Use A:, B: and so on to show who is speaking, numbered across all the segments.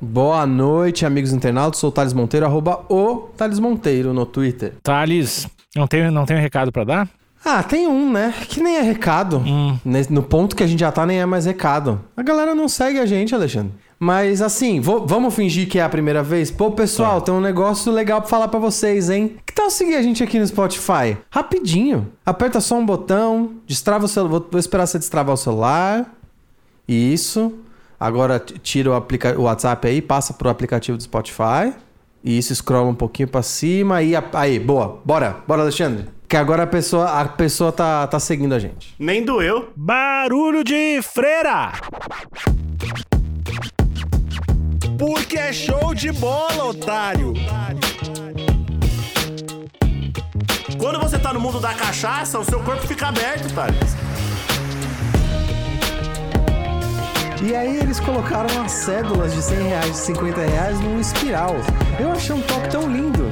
A: Boa noite, amigos internautas. Sou o Thales Monteiro, arroba o Thales Monteiro no Twitter.
B: Thales, não tem não tenho recado pra dar?
A: Ah, tem um, né? Que nem é recado. Nesse- No ponto que a gente já tá, nem é mais recado. A galera não segue a gente, Alexandre. Mas assim, vo- vamos fingir que é a primeira vez? Pô, pessoal, tem um negócio legal pra falar pra vocês, hein? Que tal seguir a gente aqui no Spotify? Rapidinho. Aperta só um botão, destrava o celular. Vou esperar você destravar o celular. Isso. Agora t- tira o, aplica- o WhatsApp aí, passa pro aplicativo do Spotify. Isso, scrolla um pouquinho pra cima e a- aí, boa. Bora, bora, Alexandre. Que agora a pessoa, a pessoa tá, tá seguindo a gente.
C: Nem doeu.
B: Barulho de freira!
D: Porque é show de bola, otário.
C: Quando você tá no mundo da cachaça, o seu corpo fica aberto, Thales.
A: E aí eles colocaram as cédulas de 100 reais, de 50 reais num espiral. Eu achei um toque tão lindo.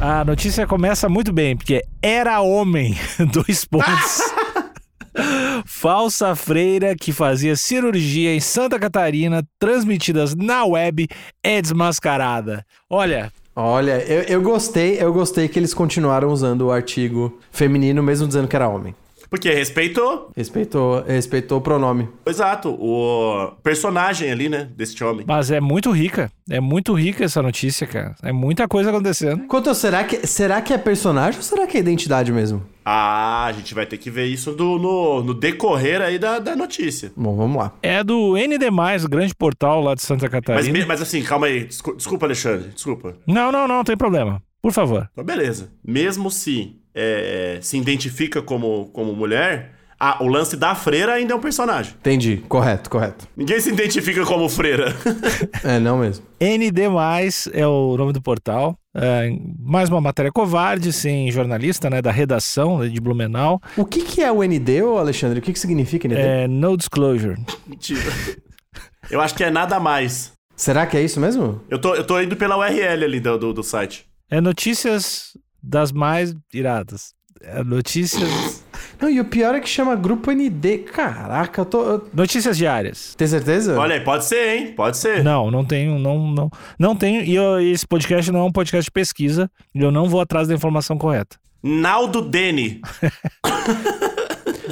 B: A notícia começa muito bem, porque era homem, dois pontos. Falsa freira que fazia cirurgia em Santa Catarina, transmitidas na web, é desmascarada. Olha,
A: Olha, eu, eu gostei, eu gostei que eles continuaram usando o artigo feminino, mesmo dizendo que era homem.
C: Porque respeitou.
A: Respeitou, respeitou o pronome.
C: Exato, o personagem ali, né, deste homem.
B: mas é muito rica, é muito rica essa notícia, cara. É muita coisa acontecendo.
A: Quanto, será que, será que é personagem ou será que é identidade mesmo?
C: Ah, a gente vai ter que ver isso do- no, no decorrer aí da, da notícia.
A: Bom, vamos lá.
B: É do ND+, o grande portal lá de Santa
C: Mas,
B: Catarina.
C: me- mas assim, calma aí. Descu- Desculpa, Alexandre. Desculpa.
B: Não, não, não, não tem problema. Por favor.
C: Então, beleza. Mesmo se é, se identifica como, como mulher, a- o lance da freira ainda é um personagem.
A: Entendi. Correto, correto.
C: Ninguém se identifica como freira.
A: É, não mesmo.
B: ND+, é o nome do portal. É, mais uma matéria covarde, sem jornalista, né, da redação né, de Blumenau.
A: O que, que é o ND, ô Alexandre? O que, que significa ND?
B: É, no disclosure.
C: Mentira. Eu acho que é nada mais.
A: Será que é isso mesmo?
C: Eu tô, eu tô indo pela URL ali do, do, do site.
B: É notícias das mais iradas. É notícias,
A: Não, e o pior é que chama Grupo ND. Caraca, eu tô. eu-
B: notícias diárias.
A: Tem certeza?
C: Olha aí, pode ser, hein? Pode ser.
B: Não, não tenho, não, não, não tenho. E eu- esse podcast não é um podcast de pesquisa. E eu não vou atrás da informação correta.
C: Naldo Dene.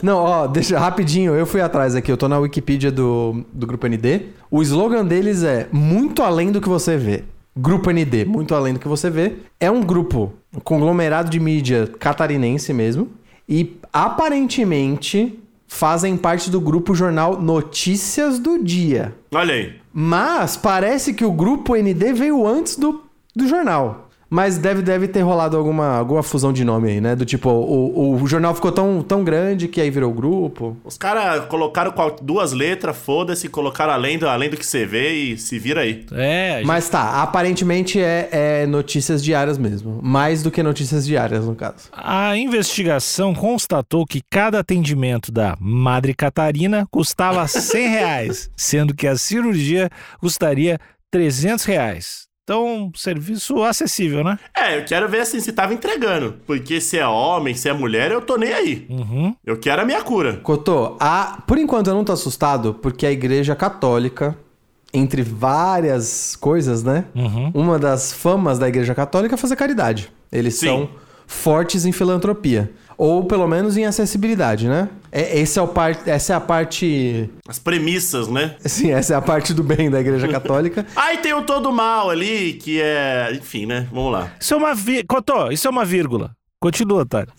A: Não, ó, deixa rapidinho. Eu fui atrás aqui. Eu tô na Wikipedia do, do Grupo ND. O slogan deles é Muito Além do que Você Vê. Grupo ND, Muito Além do que Você Vê. É um grupo, um conglomerado de mídia catarinense mesmo. E aparentemente fazem parte do grupo jornal Notícias do Dia.
C: Olha aí.
A: Mas parece que o grupo ND veio antes do, do jornal. Mas deve, deve ter rolado alguma, alguma fusão de nome aí, né? Do tipo, o, o, o jornal ficou tão, tão grande que aí virou grupo.
C: Os caras colocaram qual- duas letras, foda-se, colocaram além do, além do que você vê e se vira aí.
B: É, gente,
A: Mas tá, aparentemente é, é notícias diárias mesmo. Mais do que notícias diárias, no caso.
B: a investigação constatou que cada atendimento da Madre Catarina custava 100 reais, sendo que a cirurgia custaria 300 reais. Então, serviço acessível, né?
C: É, eu quero ver assim se tava entregando. Porque se é homem, se é mulher, eu tô nem aí.
B: Uhum.
C: Eu quero a minha cura.
A: Cotô, a, por enquanto eu não tô assustado, porque a igreja católica, entre várias coisas, né?
B: Uhum.
A: Uma das famas da Igreja Católica é fazer caridade. Eles
C: Sim.
A: são fortes em filantropia. Ou pelo menos em acessibilidade, né? É, esse é o par, essa é a parte.
C: As premissas, né?
A: Sim, essa é a parte do bem da Igreja Católica.
C: Aí tem o todo mal ali, que é. Enfim, né? Vamos lá.
B: Isso é uma vírgula. Cotô, isso é uma vírgula. Continua, Tati.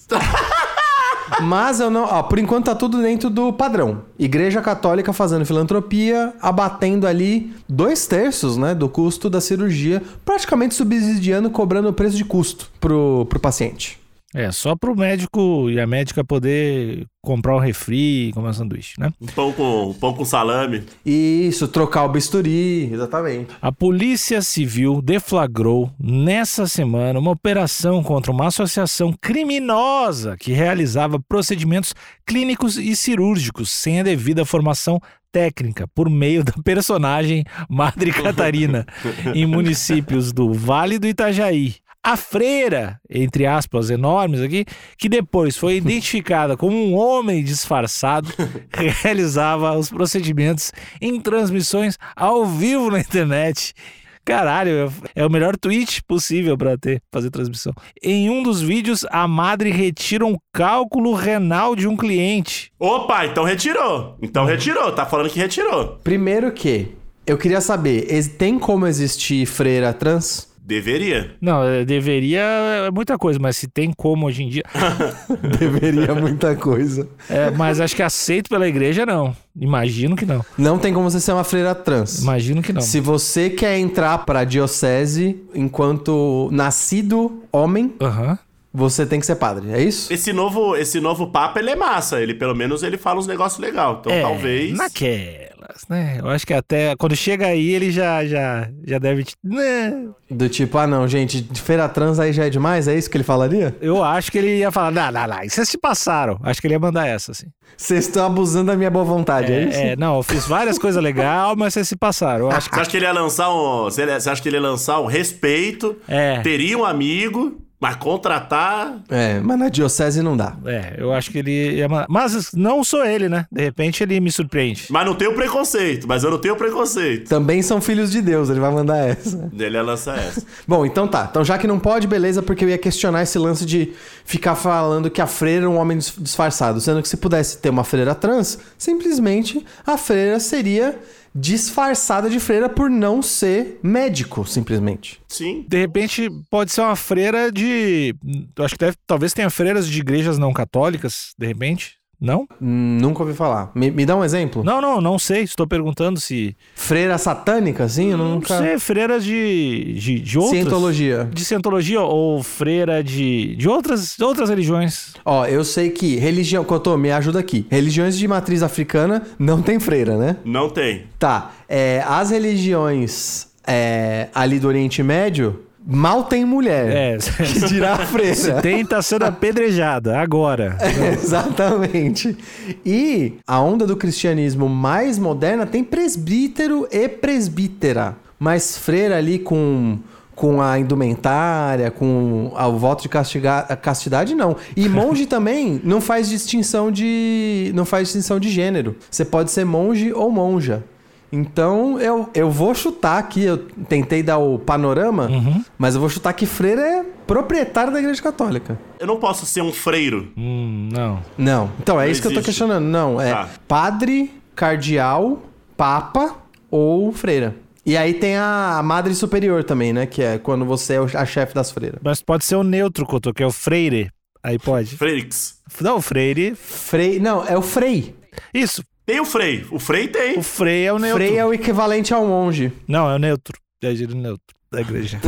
A: Mas eu não. Ó, por enquanto tá tudo dentro do padrão. Igreja Católica fazendo filantropia, abatendo ali dois terços, né? Do custo da cirurgia, praticamente subsidiando, cobrando o preço de custo pro, pro paciente.
B: É, só pro médico e a médica poder comprar um refri e comer um sanduíche, né?
C: Um pão com, um pão com salame.
A: Isso, trocar o bisturi, exatamente.
B: A Polícia Civil deflagrou nessa semana uma operação contra uma associação criminosa que realizava procedimentos clínicos e cirúrgicos sem a devida formação técnica por meio da personagem Madre Catarina em municípios do Vale do Itajaí. A freira, entre aspas enormes aqui, que depois foi identificada como um homem disfarçado, realizava os procedimentos em transmissões ao vivo na internet. Caralho, é o melhor tweet possível para ter, fazer transmissão. Em um dos vídeos, a madre retira um cálculo renal de um cliente.
C: Opa, então retirou. Então retirou, tá falando que retirou.
A: Primeiro que, eu queria saber, ex- tem como existir freira trans?
C: Deveria.
B: Não, eh, deveria é muita coisa, mas se tem como hoje em dia.
A: Deveria muita coisa.
B: É, mas acho que aceito pela igreja, não. Imagino que não.
A: Não tem como você ser uma freira trans.
B: Imagino que não.
A: Se você quer entrar pra diocese enquanto nascido homem,
B: Aham.
A: você tem que ser padre, é isso?
C: Esse novo, esse novo papa, ele é massa. Ele, pelo menos, ele fala uns negócios legais. Então,
B: É,
C: talvez...
B: Naquelas, né? Eu acho que até quando chega aí, ele já, já, já deve. te- Né?
A: Do tipo, ah não, gente, freira trans aí já é demais, é isso que ele falaria?
B: Eu acho que ele ia falar: não, não, não, vocês se passaram. Acho que ele ia mandar essa, assim.
A: Vocês estão abusando da minha boa vontade, é, isso?
B: É, não, eu fiz várias coisas legais, mas vocês se passaram. Eu acho que.
C: Você acha que ele ia lançar um... Você você acha que ele ia lançar um respeito?
B: É.
C: Teria um amigo, mas contratar...
A: É, mas na diocese não dá.
B: É, eu acho que ele ia mandar. Mas não sou ele, né? De repente ele me surpreende.
C: Mas não tem o preconceito, mas eu não tenho preconceito.
A: Também são filhos de Deus, ele vai mandar essa.
C: Ele ia lançar essa.
A: Bom, então tá. Então já que não pode, beleza, porque eu ia questionar esse lance de ficar falando que a freira é um homem dis- disfarçado. Sendo que se pudesse ter uma freira trans, simplesmente a freira seria disfarçada de freira por não ser médico, simplesmente.
C: Sim.
B: De repente, pode ser uma freira de. eu Acho que deve- talvez tenha freiras de igrejas não católicas, de repente. Não?
A: Hum, Nunca ouvi falar. Me, me dá um exemplo?
B: Não, não, não sei. Estou perguntando se.
A: Freira satânica, assim? Eu
B: Não
A: nunca.
B: sei, freiras de. de, de outras.
A: Cientologia.
B: De cientologia ou freira de. de outras, de outras religiões.
A: Ó, eu sei que religião. Cotô, me ajuda aqui. Religiões de matriz africana não tem freira, né?
C: Não tem.
A: Tá. é, as religiões é, ali do Oriente Médio mal tem mulher.
B: É.
A: Que dirá a freira.
B: Tenta sendo apedrejada agora.
A: É, Exatamente. E a onda do cristianismo mais moderna tem presbítero e presbítera. Mas freira ali com, com a indumentária, com a- o voto de castiga- castidade, não. E monge também não faz distinção de. não faz distinção de gênero. Você pode ser monge ou monja. Então eu, eu vou chutar aqui, eu tentei dar o panorama, mas eu vou chutar que freira é proprietário da igreja católica.
C: Eu não posso ser um freiro.
B: hum, não.
A: Não. Então, é
C: Não
A: isso que eu tô
C: existe.
A: questionando. Não, é
C: Tá.
A: padre, cardeal, papa ou freira. E aí tem a a madre superior também, né? Que é quando você é o- a chefe das freiras.
B: Mas pode ser o neutro, Couto, que é o freire. Aí pode.
C: Freirix.
B: Não, o freire.
A: Frei. Não, é o frei.
B: Isso.
C: Tem o frei. O frei tem.
B: O freire é o neutro.
A: Frei é o equivalente ao monge.
B: Não, é o neutro. É gíria neutro da igreja.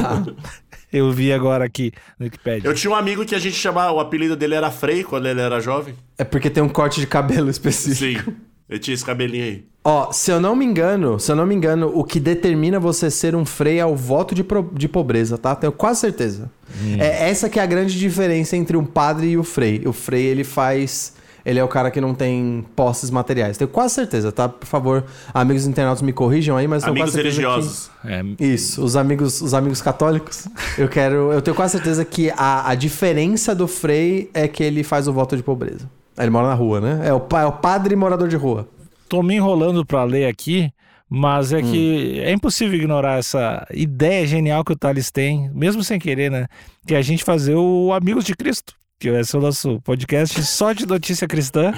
B: Eu vi agora aqui no Wikipedia.
C: Eu tinha um amigo que a gente chamava, o apelido dele era Frei quando ele era jovem.
A: É porque tem um corte de cabelo específico.
C: Sim. Ele tinha esse cabelinho aí.
A: Ó, se eu não me engano, se eu não me engano, o que determina você ser um frei é o voto de, pro- de pobreza, tá? Tenho quase certeza.
C: Hum.
A: É essa que é a grande diferença entre um padre e o frei. O frei, ele faz... Ele é o cara que não tem posses materiais. Tenho quase certeza, tá? Por favor, amigos internautas me corrijam aí, mas tenho
C: Amigos
A: quase certeza que-
C: religiosos.
B: É,
A: isso, os amigos, os amigos católicos. Eu quero, eu tenho quase certeza que a, a diferença do Frei é que ele faz o voto de pobreza. Ele mora na rua, né? É o, pa- é o padre morador de rua.
B: tô me enrolando pra ler aqui, mas é
A: Hum.
B: que é impossível ignorar essa ideia genial que o Thales tem, mesmo sem querer, né? Que é a gente fazer o Amigos de Cristo. Que esse é o nosso podcast só de notícia cristã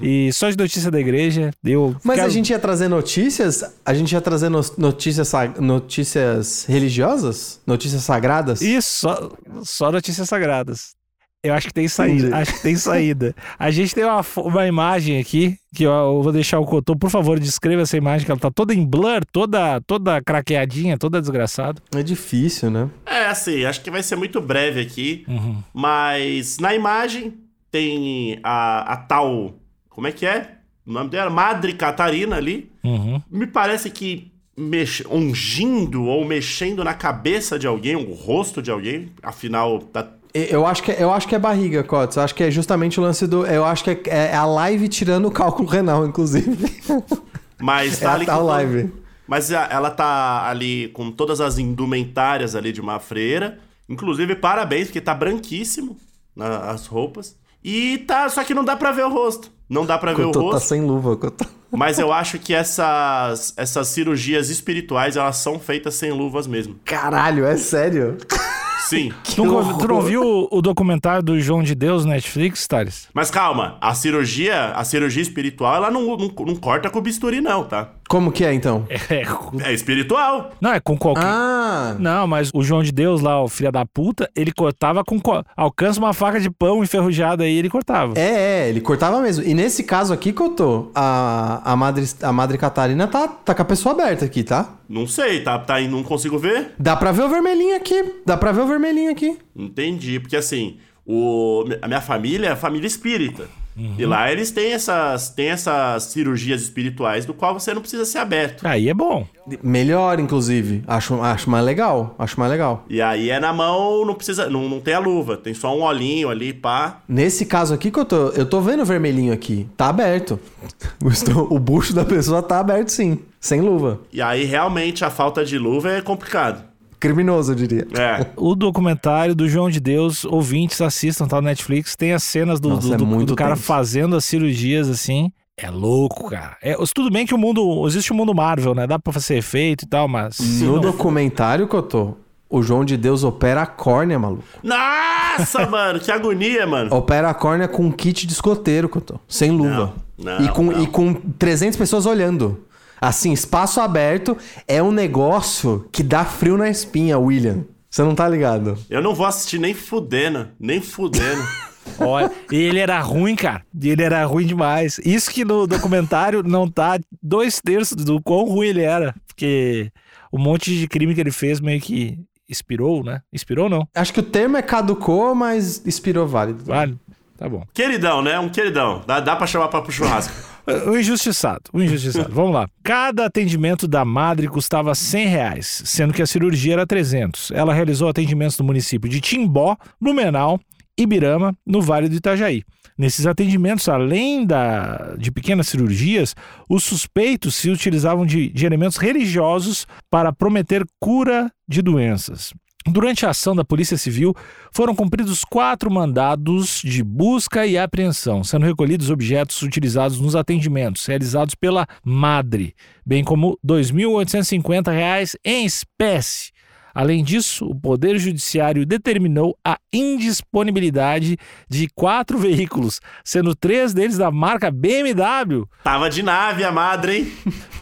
B: e só de notícia da igreja. Eu
A: Mas
B: quero-
A: a gente ia trazer notícias? A gente ia trazer no- notícias, sa- notícias religiosas? Notícias sagradas?
B: Isso, só, só notícias sagradas. Eu acho que tem saída.
A: Entendi.
B: Acho que tem saída. A gente tem uma, fo- uma imagem aqui, que ó, eu vou deixar o Cotô, por favor, descreva essa imagem, que ela tá toda em blur, toda, toda craqueadinha, toda desgraçada.
A: É difícil, né?
C: É, assim, acho que vai ser muito breve aqui.
B: Uhum.
C: Mas na imagem tem a, a tal. Como é que é? O nome dela? Madre Catarina ali.
B: Uhum.
C: Me parece que mex... ungindo ou mexendo na cabeça de alguém, o rosto de alguém. Afinal, tá.
A: E- Eu acho que, eu acho que é barriga, Cotes. Eu acho que é justamente o lance do. Eu acho que é, é a live tirando o cálculo renal, inclusive.
C: Mas tá
A: é
C: ali
A: a tal
C: com-
A: live.
C: Mas a- ela tá ali com todas as indumentárias ali de uma freira. Inclusive, parabéns, porque tá branquíssimo na- as roupas. E tá. Só que não dá pra ver o rosto. Não dá pra ver o
A: Cotô tá
C: rosto.
A: sem luva, Cotô.
C: Mas eu acho que essas, essas cirurgias espirituais, elas são feitas sem luvas mesmo.
A: Caralho, é sério?
C: Sim.
B: Tu, não- tu não
A: horror.
B: viu o, o documentário do João de Deus no Netflix, Thales?
C: Mas calma, a cirurgia, a cirurgia espiritual, ela não, não, não corta com bisturi, não, tá?
A: Como que é então?
B: É, com-
C: É espiritual.
B: não, é com qualquer.
A: Ah!
B: Não, mas o João de Deus lá, o filho da puta, ele cortava com. co- Alcança uma faca de pão enferrujada aí, ele cortava.
A: É, é, ele cortava mesmo. E nesse caso aqui, Cotô, a, a, madre, a madre Catarina tá, tá com a pessoa aberta aqui, tá?
C: Não sei, tá, tá? Não consigo ver.
A: Dá pra ver o vermelhinho aqui. Dá pra ver o vermelhinho aqui.
C: Entendi, porque assim, o, a minha família é a família espírita. E lá eles têm essas, têm essas cirurgias espirituais do qual você não precisa ser aberto.
B: Aí é bom.
A: Melhor, inclusive. Acho, acho mais legal. Acho mais legal.
C: E aí é na mão, não precisa, não, não tem a luva, tem só um olhinho ali, pá.
A: Nesse caso aqui, que eu tô, eu tô vendo o vermelhinho aqui. Tá aberto. O estô- O bucho da pessoa tá aberto, sim. Sem luva.
C: E aí realmente a falta de luva é complicado.
A: Criminoso, eu diria.
C: É.
B: O documentário do João de Deus, ouvintes, assistam, tá no Netflix. Tem as cenas do,
A: Nossa,
B: do,
A: é
B: do-
A: muito
B: do cara
A: tenso.
B: fazendo as cirurgias assim. É louco, cara. É, os- tudo bem que o mundo. Existe o mundo Marvel, né? Dá pra fazer efeito e tal, mas. se
A: No
B: não-
A: documentário que eu tô, o João de Deus opera a córnea, maluco.
C: Nossa, mano, que agonia, mano.
A: Opera a córnea com um kit de escoteiro, Cotô. Sem luva.
C: Não, não,
A: e, com,
C: não.
A: e com 300 pessoas olhando. Assim, espaço aberto é um negócio que dá frio na espinha, William. Você não tá ligado?
C: Eu não vou assistir nem fudendo, nem fudendo.
B: Olha, e ele era ruim, cara. Ele era ruim demais. Isso que no documentário não tá dois terços do quão ruim ele era. Porque o monte de crime que ele fez meio que inspirou, né? Inspirou não?
A: Acho que o termo é caducou, mas inspirou válido.
B: Vale. Tá bom.
C: queridão, né? Um queridão. Dá, dá pra chamar pra pro churrasco.
B: O injustiçado, o injustiçado. Vamos lá. Cada atendimento da Madre custava 100 reais, sendo que a cirurgia era 300. Ela realizou atendimentos no município de Timbó, Blumenau, Ibirama, no Vale do Itajaí. Nesses atendimentos, além da, de pequenas cirurgias, os suspeitos se utilizavam de, de elementos religiosos para prometer cura de doenças. Durante a ação da Polícia Civil, foram cumpridos quatro mandados de busca e apreensão, sendo recolhidos objetos utilizados nos atendimentos realizados pela Madre, bem como R$ 2.850 reais em espécie. Além disso, o Poder Judiciário determinou a indisponibilidade de quatro veículos, sendo três deles da marca BMW,
C: Tava de nave a madre, hein?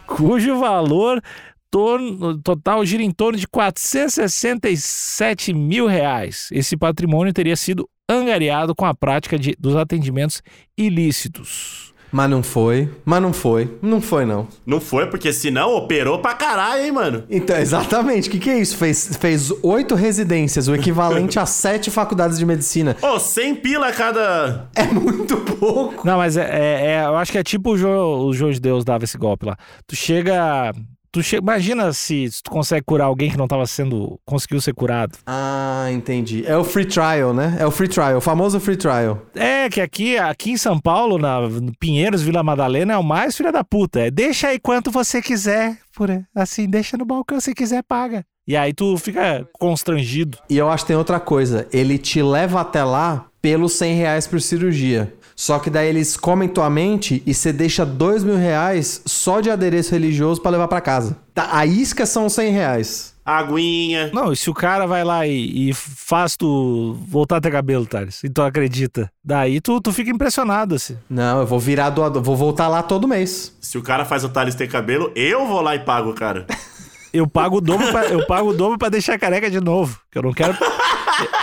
B: cujo valor torno- total gira em torno de 467 mil reais. Esse patrimônio teria sido angariado com a prática de- dos atendimentos ilícitos.
A: Mas não foi. Mas não foi. Não foi, não.
C: Não foi, porque senão operou pra caralho, hein, mano?
A: Então, exatamente. O que, que é isso? Fez fez oito residências, o equivalente a sete faculdades de medicina.
C: Ô, 100 pila cada.
A: É muito pouco.
B: Não, mas é, é- é- eu acho que é tipo o João, o João de Deus dava esse golpe lá. Tu chega... Tu che... Imagina se tu consegue curar alguém que não estava sendo... Conseguiu ser curado.
A: Ah, entendi. É o free trial, né? É o free trial, o famoso free trial.
B: É, que aqui, aqui em São Paulo, na no Pinheiros, Vila Madalena, é o mais filha da puta. É deixa aí quanto você quiser, por assim, deixa no balcão se quiser, paga. E aí tu fica constrangido.
A: E eu acho que tem outra coisa. Ele te leva até lá pelos 100 reais por cirurgia. Só que daí eles comem tua mente e você deixa dois mil reais só de adereço religioso pra levar pra casa. Tá, a isca são 100 reais.
C: Aguinha.
B: Não, e se o cara vai lá e, e faz tu voltar a ter cabelo, Thales, e tu acredita, daí tu, tu fica impressionado, assim.
A: Não, eu vou virar doador, vou voltar lá todo mês.
C: Se o cara faz o Thales ter cabelo, eu vou lá e pago, cara.
B: Eu pago o dobro pra, eu pago o dobro pra deixar careca de novo, que eu não quero...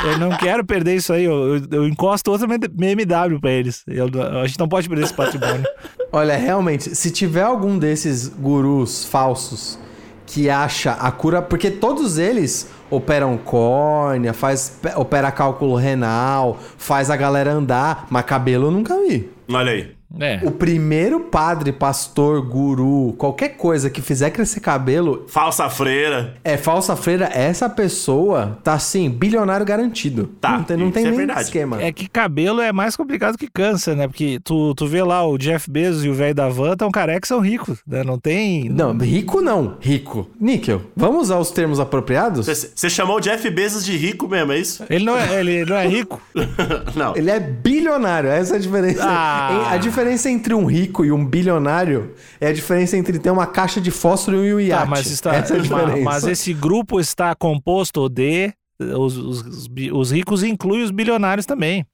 B: Eu não quero perder isso aí. Eu, eu- eu encosto outra MW pra eles. Eu- a gente não pode perder esse patrimônio.
A: Olha, realmente, se tiver algum desses gurus falsos que acha a cura, porque todos eles operam córnea, faz, opera cálculo renal, faz a galera andar, mas cabelo eu nunca vi.
C: Olha aí.
B: É.
A: O primeiro padre, pastor, guru, qualquer coisa que fizer crescer cabelo
C: Falsa freira.
A: é falsa freira, essa pessoa tá assim, bilionário garantido.
C: Tá,
A: não tem, não tem
C: isso é
A: nem
C: verdade.
A: esquema.
B: É que cabelo é mais complicado que câncer, né? Porque tu, tu vê lá o Jeff Bezos e o velho da van tão carecas são ricos, né? Não tem.
A: Não, rico não, rico. Níquel, vamos usar os termos apropriados?
C: Você- Você chamou o Jeff Bezos de rico mesmo, é isso?
B: Ele não é, ele não é rico.
C: Não.
A: Ele é bilionário, essa é a diferença.
B: Ah.
A: A diferença entre um rico e um bilionário é a diferença entre ter uma caixa de fósforo e um iate.
B: Tá, mas, está,
A: essa é
B: ma-
A: a diferença.
B: mas esse grupo está composto de. Os, os, os bi- os ricos incluem os bilionários também.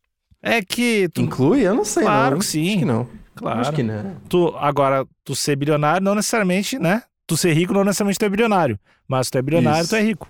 B: É que. Tu,
A: Inclui? Eu não sei.
B: Claro
A: não.
B: que sim.
A: Acho que não.
B: Claro.
A: Acho que não.
B: tu, agora, tu ser bilionário não necessariamente, né? Tu ser rico não necessariamente tu é bilionário. Mas tu é bilionário,
A: Isso.
B: tu é rico.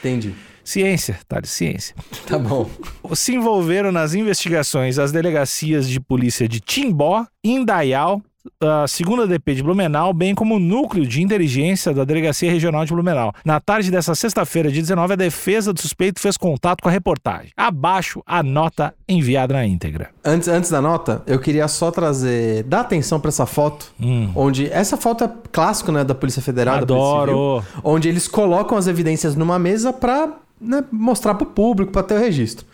A: Entendi.
B: Ciência, tá? Ciência.
A: Tá bom.
B: se envolveram nas investigações as delegacias de polícia de Timbó, Indaial, a segunda DP de Blumenau, bem como o núcleo de inteligência da Delegacia Regional de Blumenau. Na tarde dessa sexta-feira, dia 19, a defesa do suspeito fez contato com a reportagem. Abaixo a nota enviada na íntegra.
A: Antes, antes da nota, eu queria só trazer. Dá atenção pra essa foto.
B: Hum.
A: Onde. Essa foto é clássico, né? Da Polícia Federal. da Polícia
B: Adoro.
A: Civil, onde eles colocam as evidências numa mesa pra né, mostrar pro público, pra ter o registro.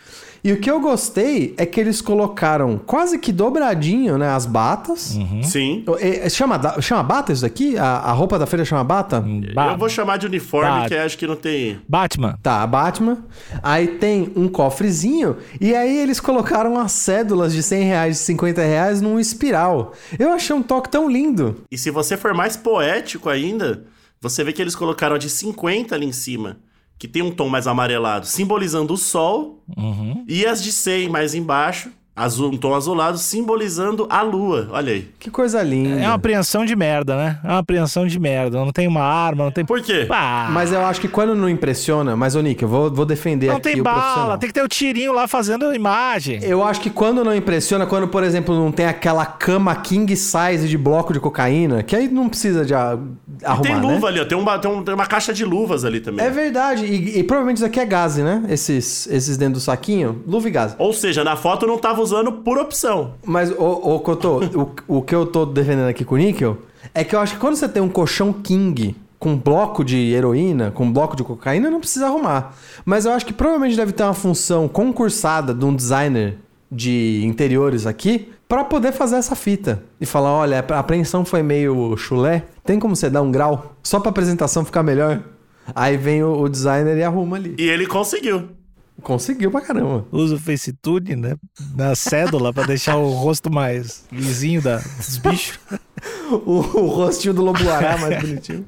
A: E o que eu gostei é que eles colocaram quase que dobradinho, né? As batas.
B: Uhum.
C: Sim.
A: Eh, eh, Chama, da- chama bata isso daqui? A, a roupa da feira chama bata?
B: Ba-
C: Eu vou chamar de uniforme,
B: Tá.
C: que acho que não tem.
B: Batman.
A: Tá, a Batman. Aí tem um cofrezinho. E aí eles colocaram as cédulas de 100 reais, de 50 reais num espiral. Eu achei um toque tão lindo.
C: E se você for mais poético ainda, você vê que eles colocaram a de 50 ali em cima, que tem um tom mais amarelado, simbolizando o sol,
B: Uhum.
C: e as de 100 mais embaixo, azul, um tom azulado, simbolizando a lua. Olha aí.
A: Que coisa linda.
B: É uma apreensão de merda, né? É uma apreensão de merda. Não tem uma arma, não tem.
C: Por quê?
B: Pá.
A: Mas eu acho que quando não impressiona... Mas, ô Nick, eu vou, vou defender
B: não
A: aqui
B: tem
A: o profissional.
B: bala, tem que ter o tirinho lá fazendo imagem.
A: Eu acho que quando não impressiona, quando, por exemplo, não tem aquela cama king size de bloco de cocaína, que aí não precisa de a- arrumar,
C: tem
A: né?
C: luva ali, ó. Tem uma, tem, um- tem uma caixa de luvas ali também.
A: É verdade. E, e provavelmente isso aqui é gaze, né? Esses, esses dentro do saquinho. Luva e gaze.
C: Ou seja, na foto não tava usando por opção.
A: Mas, ô, ô Cotô, o, o que eu tô defendendo aqui com o Níquel é que eu acho que quando você tem um colchão king com bloco de heroína, com bloco de cocaína, não precisa arrumar. Mas eu acho que provavelmente deve ter uma função concursada de um designer de interiores aqui pra poder fazer essa fita. E falar, olha, a apreensão foi meio chulé, tem como você dar um grau? Só pra apresentação ficar melhor? Aí vem o, o designer e arruma ali.
C: E ele conseguiu.
A: Conseguiu pra caramba.
B: usa o FaceTune, né? Na cédula pra deixar o rosto mais lisinho da, dos bichos.
A: O, o rostinho do lobo-guará mais bonitinho.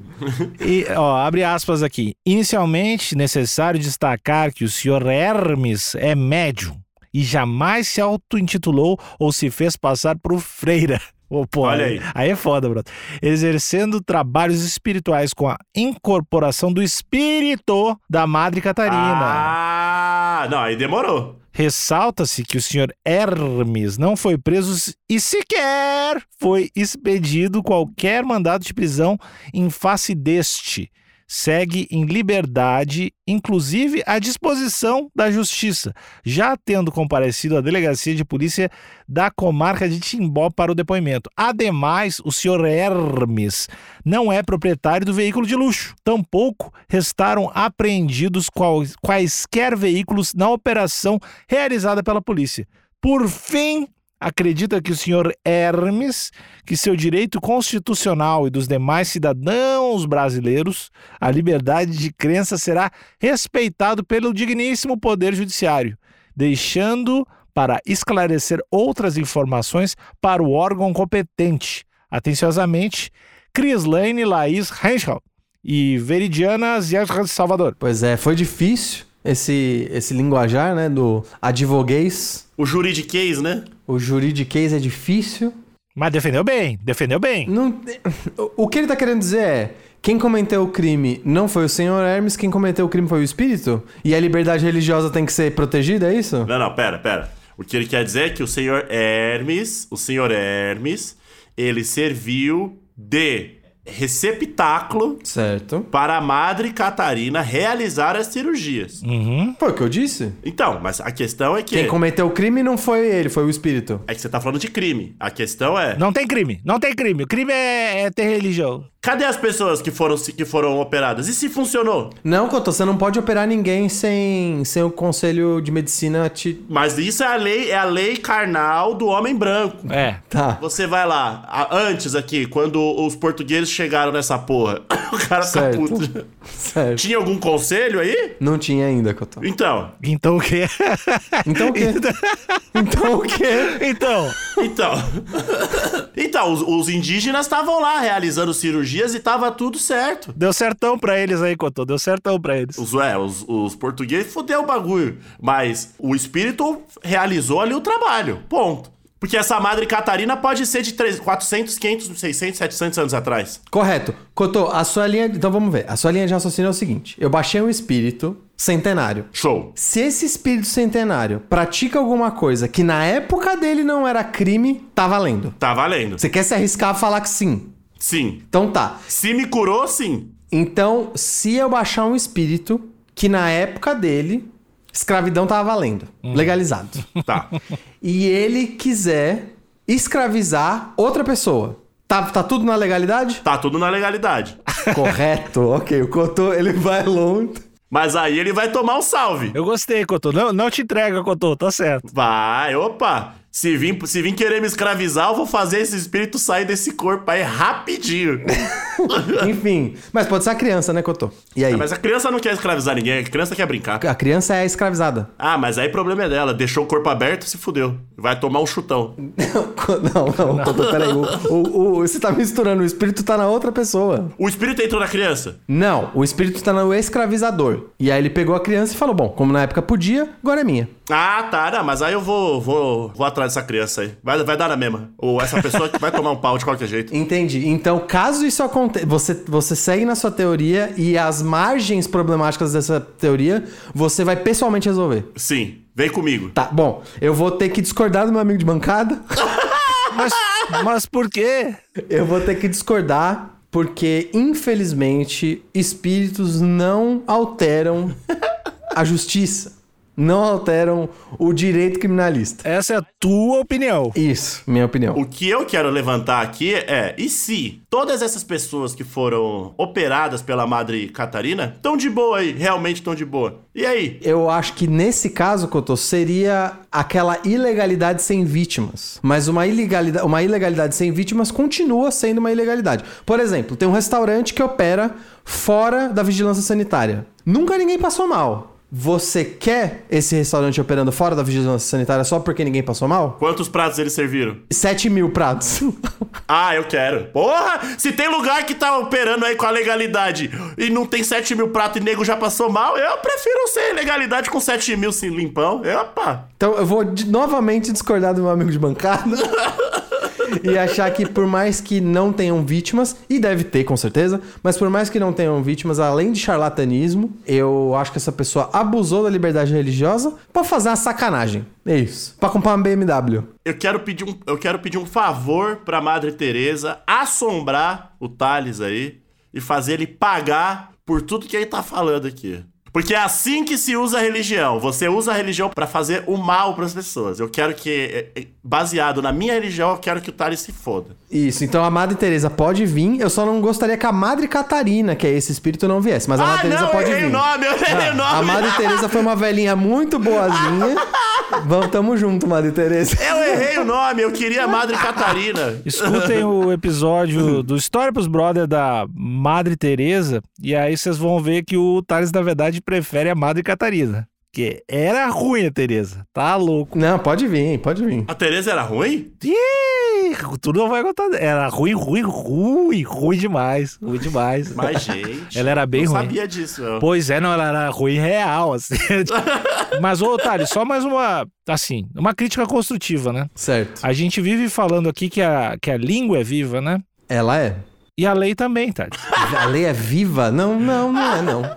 B: E, ó, abre aspas aqui. Inicialmente, necessário destacar que o senhor Hermes é médium e jamais se auto-intitulou ou se fez passar por freira. Ô, pô,
C: Olha aí.
B: Aí é foda, brother. Exercendo trabalhos espirituais com a incorporação do espírito da Madre Catarina.
C: Ah, não, aí demorou.
B: Ressalta-se que o senhor Hermes não foi preso e sequer foi expedido qualquer mandado de prisão em face deste. Segue em liberdade, inclusive à disposição da justiça, já tendo comparecido à delegacia de polícia da comarca de Timbó para o depoimento. Ademais, o senhor Hermes não é proprietário do veículo de luxo. Tampouco restaram apreendidos quais- quaisquer veículos na operação realizada pela polícia. Por fim, acredita que o senhor Hermes, que seu direito constitucional e dos demais cidadãos brasileiros, a liberdade de crença será respeitado pelo digníssimo Poder Judiciário, deixando para esclarecer outras informações para o órgão competente. Atenciosamente, Crislane Laís Henschel e Veridiana Zias de Salvador.
A: Pois é, foi difícil esse, esse linguajar, né? Do advoguês.
C: O juridiquês, né?
A: O juridiquês é difícil.
B: Mas defendeu bem, defendeu bem.
A: Não, o que ele tá querendo dizer é Quem cometeu o crime não foi o senhor Hermes, quem cometeu o crime foi o espírito? E a liberdade religiosa tem que ser protegida, é isso?
C: Não, não, pera, pera. O que ele quer dizer é que o senhor Hermes, o senhor Hermes, ele serviu de receptáculo
A: Certo.
C: para a Madre Catarina realizar as cirurgias.
A: Hum.
B: Uhum.
A: Foi o que eu disse.
C: Então, mas a questão é que
A: Quem cometeu o crime não foi ele, foi o espírito.
C: é que você tá falando de crime. A questão é,
B: Não tem crime, não tem crime. O crime é, é ter religião.
C: cadê as pessoas que foram que foram operadas? E se funcionou?
A: Não, Cotô, você não pode operar ninguém sem, sem o conselho de medicina te.
C: Mas isso é a lei, é a lei carnal do homem branco.
B: É.
A: Tá.
C: Você vai lá, a- antes aqui, quando os portugueses chegaram nessa porra, o cara tá
A: Certo.
C: puto.
A: Certo.
C: Tinha algum conselho aí?
A: Não tinha ainda, Cotô.
C: Então,
B: Então o quê?
A: Então o quê? então o quê?
B: então,
C: então. então, os, os indígenas estavam lá realizando cirurgias e tava tudo certo.
B: deu certão pra eles aí, Cotô. Deu certão pra eles.
C: Os, é, os, os portugueses fudeu o bagulho. Mas o espírito realizou ali o trabalho. Ponto. Porque essa madre Catarina pode ser de 300, 400, 500, 600, 700 anos atrás.
A: Correto. Cotô, a sua linha. Então vamos ver. A sua linha de raciocínio é o seguinte: eu baixei um espírito centenário.
C: Show.
A: Se esse espírito centenário pratica alguma coisa que na época dele não era crime, tá valendo.
C: Tá valendo.
A: Você quer se arriscar a falar que sim?
C: Sim.
A: Então tá.
C: Se me curou, sim.
A: Então, se eu baixar um espírito que na época dele, escravidão tava valendo, legalizado.
C: Tá.
A: e ele quiser escravizar outra pessoa. Tá, tá tudo na legalidade?
C: Tá tudo na legalidade.
A: Correto. ok, o Cotô, ele vai longe.
C: Mas aí ele vai tomar um salve.
B: Eu gostei, Cotô. Não, não te entrega, Cotô, tá certo.
C: Vai, opa. Se vir, se vir querer me escravizar, eu vou fazer esse espírito sair desse corpo aí rapidinho.
A: Enfim. Mas pode ser a criança, né, Cotô? E aí?
C: Mas a criança não quer escravizar ninguém, a criança quer brincar.
A: A criança é escravizada.
C: Ah, mas aí o problema é dela. Deixou o corpo aberto, se fudeu. Vai tomar um chutão.
A: Não, não, Cotô, peraí. O, o- o- você tá misturando, o espírito tá na outra pessoa.
C: O espírito entrou na criança.
A: Não, o espírito tá no escravizador. E aí ele pegou a criança e falou: Bom, como na época podia, agora é minha.
C: Ah, tá, não, mas aí eu vou, vou, vou atrás dessa criança aí. Vai, vai dar na mesma. Ou essa pessoa que vai tomar um pau de qualquer jeito.
A: Entendi. Então, caso isso aconteça, você, você segue na sua teoria e as margens problemáticas dessa teoria você vai pessoalmente resolver.
C: Sim, vem comigo.
A: Tá, bom, eu vou ter que discordar do meu amigo de bancada.
B: Mas, mas por quê?
A: Eu vou ter que discordar porque, infelizmente, espíritos não alteram a justiça. Não alteram o direito criminalista.
B: Essa é a tua opinião.
A: Isso, minha opinião.
C: O que eu quero levantar aqui é: e se todas essas pessoas que foram operadas pela Madre Catarina estão de boa aí, realmente estão de boa? E aí?
A: Eu acho que nesse caso, Cotô, seria aquela ilegalidade sem vítimas. Mas uma ilegalidade, uma ilegalidade sem vítimas continua sendo uma ilegalidade. Por exemplo, tem um restaurante que opera fora da vigilância sanitária. Nunca ninguém passou mal. Você quer esse restaurante operando fora da vigilância sanitária só porque ninguém passou mal?
C: Quantos pratos eles serviram?
A: 7 mil pratos.
C: Ah, eu quero. Porra! Se tem lugar que tá operando aí com a legalidade e não tem 7 mil pratos e nego já passou mal, eu prefiro ser legalidade com 7 mil sim, limpão. Opa!
A: Então eu vou de- novamente discordar do meu amigo de bancada e achar que por mais que não tenham vítimas, e deve ter com certeza, mas por mais que não tenham vítimas, além de charlatanismo, eu acho que essa pessoa abusou da liberdade religiosa pra fazer uma sacanagem. É isso. Pra comprar uma BMW.
C: Eu quero pedir um, eu quero pedir um favor pra Madre Teresa assombrar o Thales aí e fazer ele pagar por tudo que ele tá falando aqui. Porque é assim que se usa a religião. Você usa a religião pra fazer o mal pras pessoas. Eu quero que, eh, eh, baseado na minha religião, eu quero que o Thales se foda.
A: Isso, então a Madre Teresa pode vir, eu só não gostaria que a Madre Catarina, que é esse espírito, não viesse, mas a Madre Teresa
C: Ah, eu
A: pode
C: errei
A: vir.
C: o nome, eu errei o nome.
A: A Madre Teresa foi uma velhinha muito boazinha. Vamos, tamo junto, Madre Teresa.
C: Eu errei o nome, eu queria a Madre Catarina.
B: Escutem o episódio do História pros Brother da Madre Teresa e aí vocês vão ver que o Thales, na verdade, prefere a Madre Catarina. Que era ruim a Teresa. Tá louco.
A: Não, pode vir, pode vir.
C: A Teresa era ruim?
B: Ih, tudo não vai contar. Era ruim, ruim, ruim, ruim demais. Ruim demais.
C: Mas, gente.
B: Ela era bem
C: não
B: ruim.
C: sabia disso. não.
B: Pois é, não, ela era ruim real, assim. Mas, ô, Otário, só mais uma, assim, uma crítica construtiva, né?
A: Certo.
B: A gente vive falando aqui que a, que a língua é viva, né?
A: Ela é.
B: E a lei também, tá? Tipo, Tardes.
A: A lei é viva? Não, não, não é não.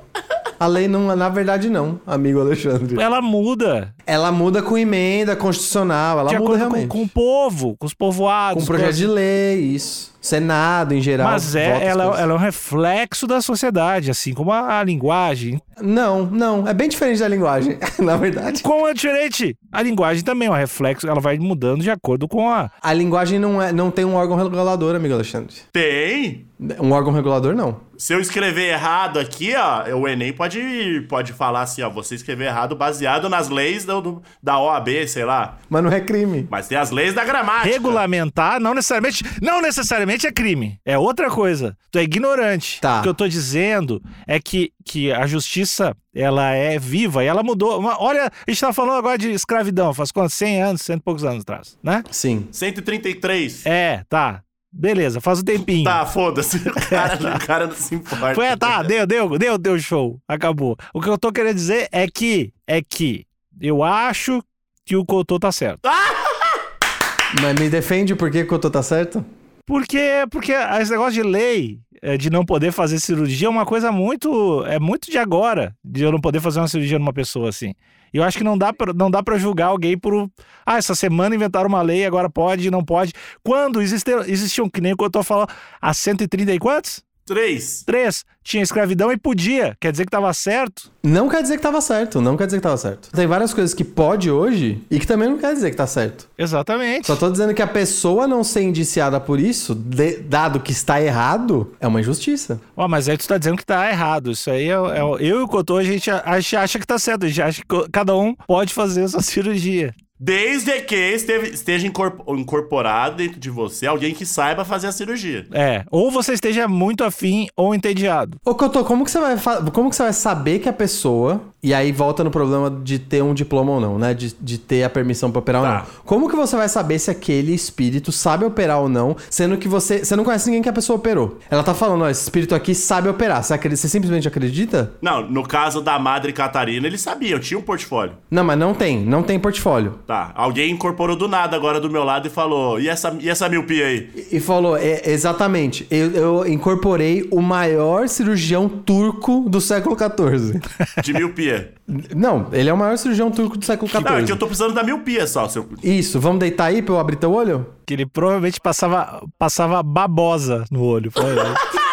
A: A lei não, na verdade não, amigo Alexandre.
B: Ela muda
A: Ela muda com emenda constitucional, ela
B: de
A: muda
B: acordo com,
A: realmente.
B: com o povo, com os povoados.
A: Com um projeto
B: as-
A: de lei, isso. Senado em geral.
B: Mas é,
A: vota as
B: ela,
A: coisas.
B: ela é um reflexo da sociedade, assim como a, a linguagem.
A: Não, não. É bem diferente da linguagem, na verdade.
B: Como é diferente? A linguagem também é um reflexo, ela vai mudando de acordo com a.
A: A linguagem não, é, não tem um órgão regulador, amigo Alexandre.
C: Tem.
A: Um órgão regulador, não.
C: Se eu escrever errado aqui, ó, o Enem pode, pode falar assim, ó, você escreveu errado baseado nas leis do, do- da OAB, sei lá.
A: Mas não é crime.
C: Mas tem as leis da gramática.
B: Regulamentar não necessariamente, não necessariamente é crime. É outra coisa. Tu é ignorante.
A: Tá.
B: O que eu tô dizendo é que, que a justiça, ela é viva e ela mudou. Uma- Olha, a gente tá falando agora de escravidão, faz quanto? 100 anos, cento e poucos anos atrás, né?
A: Sim.
C: 133.
B: É, tá. Beleza, faz um tempinho.
C: Tá, foda-se. O cara, o cara não se importa.
B: Foi, tá, deu, deu, deu, deu show. Acabou. O que eu tô querendo dizer é que, é que eu acho que o Cotô tá certo.
A: Mas me defende por que que eu tô tá certo?
B: Porque, porque esse negócio de lei, é, de não poder fazer cirurgia, é uma coisa muito, é muito de agora, de eu não poder fazer uma cirurgia numa pessoa assim. E eu acho que não dá pra, não dá para julgar alguém por, um- ah, essa semana inventaram uma lei, agora pode, não pode. Quando existiam, existiam que nem o Cotô falou, há 130 e quantos?
C: 3.
B: Três. Tinha escravidão e podia. Quer dizer que tava certo?
A: Não quer dizer que tava certo, não quer dizer que tava certo. Tem várias coisas que pode hoje e que também não quer dizer que tá certo.
B: Exatamente.
A: Só tô dizendo que a pessoa não ser indiciada por isso, de- dado que está errado, é uma injustiça.
B: Ó, mas aí tu tá dizendo que tá errado. Isso aí é, é- eu e o Cotô, a gente a- a gente acha que tá certo. A gente acha que co- cada um pode fazer a sua cirurgia.
C: Desde que esteve- esteja incorpo- incorporado dentro de você alguém que saiba fazer a cirurgia.
B: É. Ou você esteja muito afim ou entediado.
A: Ô, Cotô, como que você vai fa- como que você vai saber que a pessoa. E aí volta no problema de ter um diploma ou não, né? De, de ter a permissão pra operar ou
C: Tá.
A: não. Como que você vai saber se aquele espírito sabe operar ou não, sendo que você. Você não conhece ninguém que a pessoa operou. Ela tá falando, ó, esse espírito aqui sabe operar. Você, acredita, você simplesmente acredita?
C: Não, no caso da Madre Catarina, eles sabiam, tinha um portfólio.
A: Não, mas não tem, não tem portfólio.
C: Tá, alguém incorporou do nada agora do meu lado e falou, e essa, e essa miopia aí?
A: E- E falou, é, exatamente, eu, eu incorporei o maior cirurgião turco do século XIV.
C: De miopia.
A: não, ele é o maior cirurgião turco do século XIV.
C: Não, é que eu tô precisando da miopia só, seu...
A: Isso, vamos deitar aí pra eu abrir teu olho?
B: Que ele provavelmente passava, passava babosa no olho. né?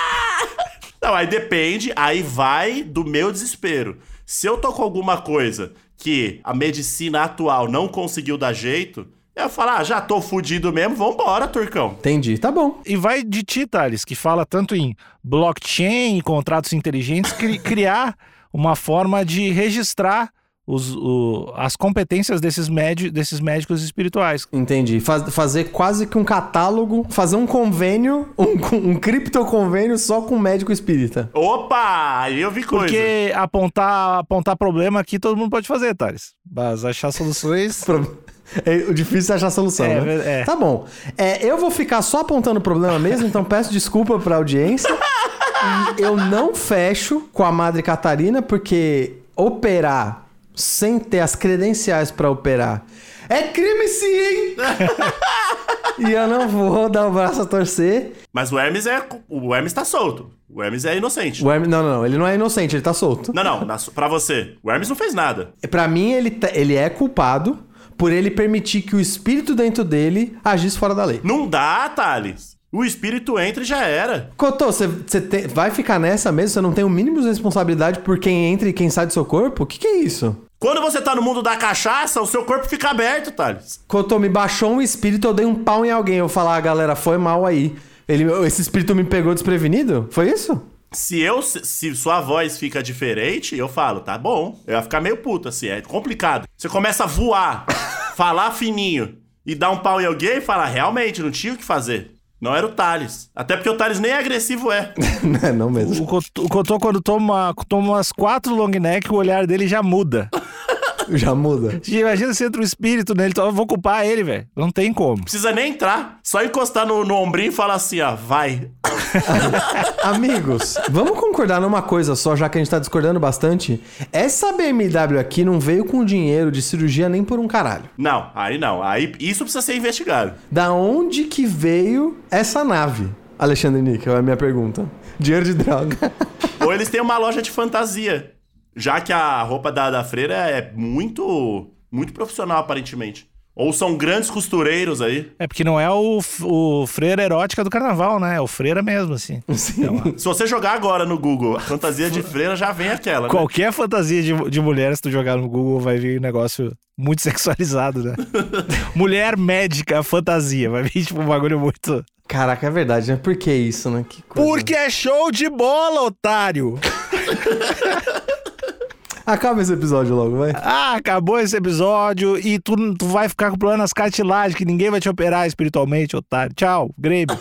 C: Não, aí depende, aí vai do meu desespero. Se eu tô com alguma coisa que a medicina atual não conseguiu dar jeito, eu falo, ah, já tô fudido mesmo, vambora, Turcão.
A: Entendi, tá bom.
B: e vai de ti, Thales, que fala tanto em blockchain e contratos inteligentes, cri- criar uma forma de registrar os- o- as competências desses, médi- desses médicos espirituais.
A: Entendi. Faz- fazer quase que um catálogo, fazer um convênio, um, co- um criptoconvênio só com médico espírita.
C: Opa, aí eu vi coisa.
B: Porque apontar, apontar problema aqui todo mundo pode fazer, Thales. Mas achar soluções.
A: Pro- É, o difícil é achar a solução,
B: É,
A: né?
B: é.
A: Tá bom. É, eu vou ficar só apontando o problema mesmo, então peço desculpa pra audiência. E eu não fecho com a Madre Catarina, porque operar sem ter as credenciais pra operar é crime sim, hein? e eu não vou dar o braço a torcer.
C: Mas o Hermes é. O Hermes tá solto. O Hermes é inocente.
A: O Hermes- não, não, não, ele não é inocente, ele tá solto.
C: Não, não, na su- pra você. O Hermes não fez nada.
A: Pra mim, ele, tá- ele é culpado por ele permitir que o espírito dentro dele agisse fora da lei.
C: Não dá, Thales. O espírito entra e já era.
A: Cotô, você você te- vai ficar nessa mesmo? Você não tem o mínimo de responsabilidade por quem entra e quem sai do seu corpo? O que, que é isso?
C: Quando você tá no mundo da cachaça, o seu corpo fica aberto, Thales.
A: Cotô, me baixou um espírito, eu dei um pau em alguém. Eu falar, ah, galera, foi mal aí. Ele, esse espírito me pegou desprevenido? Foi isso?
C: Se eu se se sua voz fica diferente, eu falo, tá bom. Eu ia ficar meio puto assim, é complicado. Você começa a voar, falar fininho e dar um pau em alguém e falar, realmente, não tinha o que fazer. Não era o Thales. Até porque o Thales nem agressivo é.
A: não, não mesmo.
B: O Cotô, o Cotô, quando toma, toma umas quatro long neck, o olhar dele já muda.
A: Já muda.
B: Imagina se entra um espírito nele, então eu vou culpar ele, velho. Não tem como.
C: Precisa nem entrar. Só encostar no, no ombrinho e falar assim, ó, vai.
A: Amigos, vamos concordar numa coisa só, já que a gente tá discordando bastante. Essa BMW aqui não veio com dinheiro de cirurgia nem por um caralho.
C: Não, aí não. Aí isso precisa ser investigado.
A: Da onde que veio essa nave? Alexandre Níquel, é a minha pergunta. Dinheiro de droga.
C: Ou eles têm uma loja de fantasia. Já que a roupa da, da freira é muito, muito profissional, aparentemente. Ou são grandes costureiros aí.
B: É porque não é o, f- o freira erótica do carnaval, né? É o freira mesmo, assim.
A: Sim.
C: Se você jogar agora no Google, fantasia de freira já vem aquela. né?
B: Qualquer fantasia de, de mulher, se tu jogar no Google, vai vir um negócio muito sexualizado, né? mulher médica fantasia. Vai vir, tipo, um bagulho muito.
A: Caraca, é verdade, né? Por que isso, né? Que coisa.
B: Porque é show de bola, otário!
A: Acaba esse episódio logo, vai.
B: Ah, acabou esse episódio e tu, tu vai ficar com problema nas cartilagens, que ninguém vai te operar espiritualmente, otário. Tchau, Grêmio.